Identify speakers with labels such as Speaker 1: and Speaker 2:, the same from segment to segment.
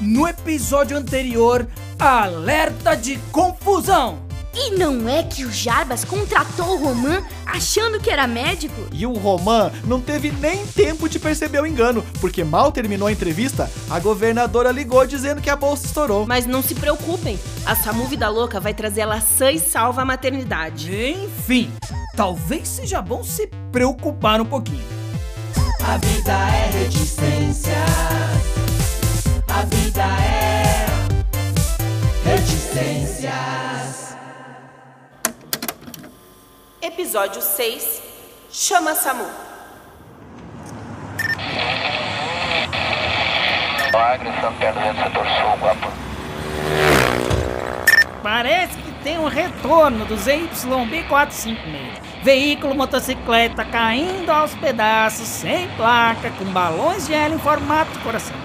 Speaker 1: No episódio anterior, alerta de confusão!
Speaker 2: E não é que o Jarbas contratou o Roman achando que era médico?
Speaker 3: E o Roman não teve nem tempo de perceber o engano, porque mal terminou a entrevista, a governadora ligou dizendo que a bolsa estourou.
Speaker 4: Mas não se preocupem, a Samu Vida Louca vai trazer ela sã e salva à maternidade.
Speaker 1: Enfim, talvez seja bom se preocupar um pouquinho.
Speaker 5: A vida é reticência. A vida é reticências.
Speaker 4: Episódio 6 Chama Samu.
Speaker 6: Bagre, São Pedro, dentro do setor sul, Guapa.
Speaker 7: Parece que tem um retorno do ZYB456. Veículo motocicleta caindo aos pedaços, sem placa, com balões de hélio em formato de coração.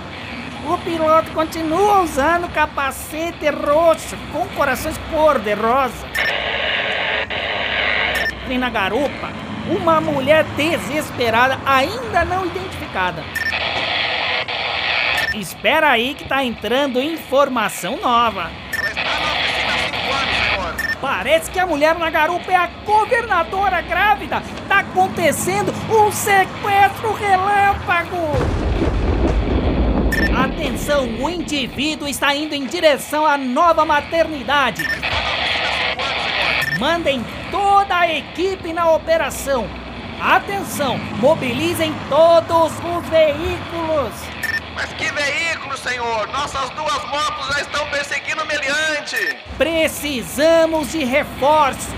Speaker 7: O piloto continua usando capacete roxo com corações cor de rosa. Vem na garupa uma mulher desesperada, ainda não identificada. Espera aí que tá entrando informação nova. Parece que a mulher na garupa é a governadora grávida. Tá acontecendo um sequestro relâmpago. Atenção, o indivíduo está indo em direção à nova maternidade. Mandem toda a equipe na operação. Atenção, mobilizem todos os veículos.
Speaker 6: Mas que veículo, senhor? Nossas duas motos já estão perseguindo o meliante.
Speaker 7: Precisamos de reforços.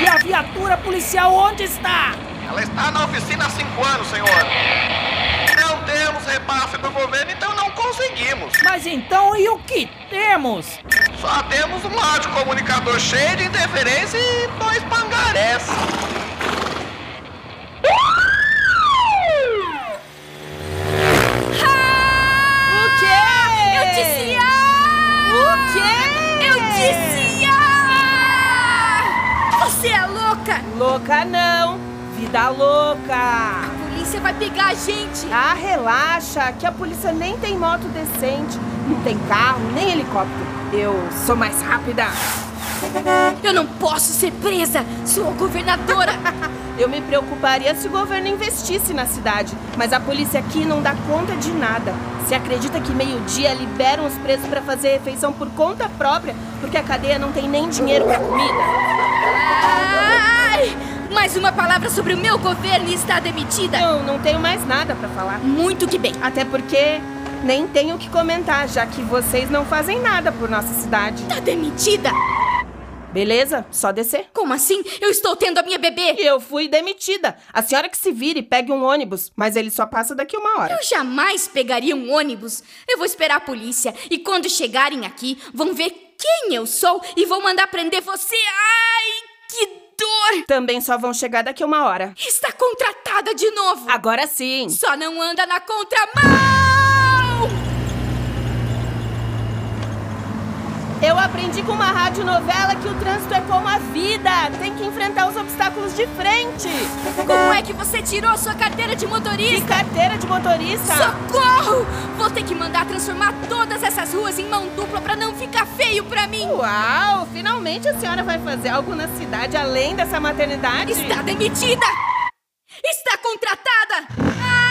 Speaker 7: E a viatura policial onde está?
Speaker 6: Ela está na oficina há cinco anos, senhor. Não temos repasse do governo, então não conseguimos.
Speaker 7: Mas então e o que temos?
Speaker 6: Só temos um rádio comunicador cheio de interferência e dois pangarés.
Speaker 4: O quê?
Speaker 2: Eu disse ah!
Speaker 4: O quê?
Speaker 2: Eu disse ah! Você é louca?
Speaker 4: Louca não! Vida louca!
Speaker 2: A polícia vai pegar a gente!
Speaker 4: Ah, relaxa, que a polícia nem tem moto decente, não tem carro, nem helicóptero. Eu sou mais rápida.
Speaker 2: Eu não posso ser presa! Sou a governadora!
Speaker 4: Eu me preocuparia se o governo investisse na cidade, mas a polícia aqui não dá conta de nada. Se acredita que meio-dia liberam os presos para fazer refeição por conta própria, porque a cadeia não tem nem dinheiro para comida.
Speaker 2: Ai! Mais uma palavra sobre o meu governo e está demitida!
Speaker 4: Não, não tenho mais nada para falar.
Speaker 2: Muito que bem!
Speaker 4: Até porque nem tenho o que comentar, já que vocês não fazem nada por nossa cidade.
Speaker 2: Está demitida?
Speaker 4: Beleza? Só descer.
Speaker 2: Como assim? Eu estou tendo a minha bebê!
Speaker 4: E eu fui demitida. A senhora que se vire, pegue um ônibus, mas ele só passa daqui uma hora.
Speaker 2: Eu jamais pegaria um ônibus. Eu vou esperar a polícia e quando chegarem aqui, vão ver quem eu sou e vão mandar prender você. Ai, que dor!
Speaker 4: Também só vão chegar daqui uma hora.
Speaker 2: Está contratada de novo.
Speaker 4: Agora sim.
Speaker 2: Só não anda na contramão!
Speaker 4: Eu aprendi com uma radionovela que o trânsito é como a vida. Tem que enfrentar os obstáculos de frente.
Speaker 2: Como é que você tirou sua carteira de
Speaker 4: Que
Speaker 2: motorista?
Speaker 4: carteira de motorista!
Speaker 2: Socorro! Vou ter que mandar transformar todas essas ruas em mão dupla pra não ficar feio pra mim.
Speaker 4: Uau! Finalmente a senhora vai fazer algo na cidade além dessa maternidade?
Speaker 2: Está demitida! Está contratada! Ah!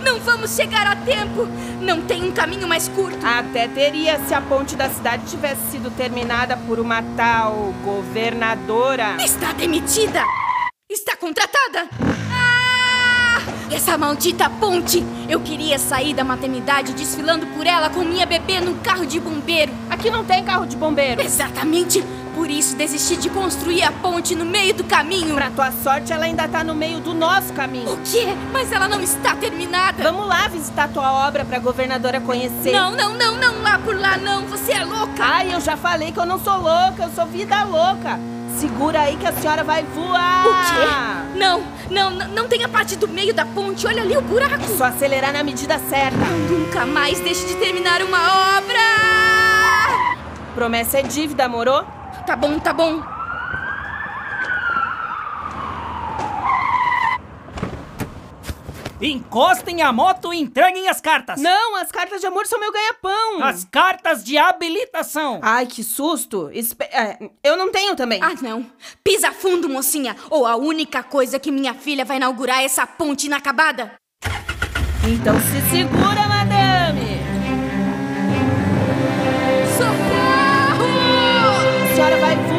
Speaker 2: Não vamos chegar a tempo! Não tem um caminho mais curto!
Speaker 4: Até teria se a ponte da cidade tivesse sido terminada por uma tal governadora.
Speaker 2: Está demitida! Está contratada! Ah! Essa maldita ponte! Eu queria sair da maternidade desfilando por ela com minha bebê num carro de bombeiro!
Speaker 4: Aqui não tem carro de bombeiro.
Speaker 2: Exatamente! Por isso desisti de construir a ponte no meio do caminho!
Speaker 4: Pra tua sorte, ela ainda tá no meio do nosso
Speaker 2: O
Speaker 4: caminho.
Speaker 2: quê? Mas ela não está terminada!
Speaker 4: Vamos lá visitar tua obra pra governadora conhecer.
Speaker 2: Não, não, não, não lá por lá não! Você é louca!
Speaker 4: Ai, eu já falei que eu não sou louca, eu sou vida louca. Segura aí que a senhora vai voar. Ah.
Speaker 2: O quê? Não, não, não, não tem a parte do meio da ponte. Olha ali o buraco.
Speaker 4: É Só acelerar na medida certa.
Speaker 2: Nunca mais deixe de terminar uma obra.
Speaker 4: Promessa é dívida, moro?
Speaker 2: Tá bom, tá bom.
Speaker 7: Encostem a moto e entreguem as cartas.
Speaker 4: Não, as cartas de amor são meu ganha-pão.
Speaker 7: As cartas de habilitação.
Speaker 4: Ai, que susto. Espe- é, eu não tenho também.
Speaker 2: Ah, não. Pisa fundo, mocinha, ou a única coisa que minha filha vai inaugurar é essa ponte inacabada.
Speaker 4: Então se segura, madame.
Speaker 2: Socorro!
Speaker 4: A senhora vai voar.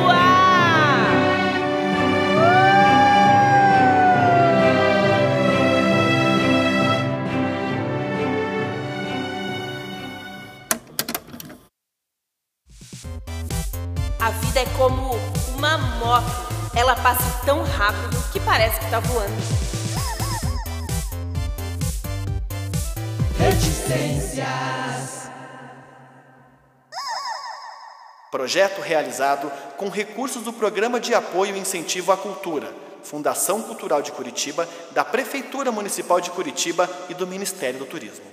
Speaker 8: A vida é como uma moto. Ela passa tão rápido que parece que tá voando.
Speaker 3: Projeto realizado com recursos do Programa de Apoio e Incentivo à Cultura, Fundação Cultural de Curitiba, da Prefeitura Municipal de Curitiba e do Ministério do Turismo.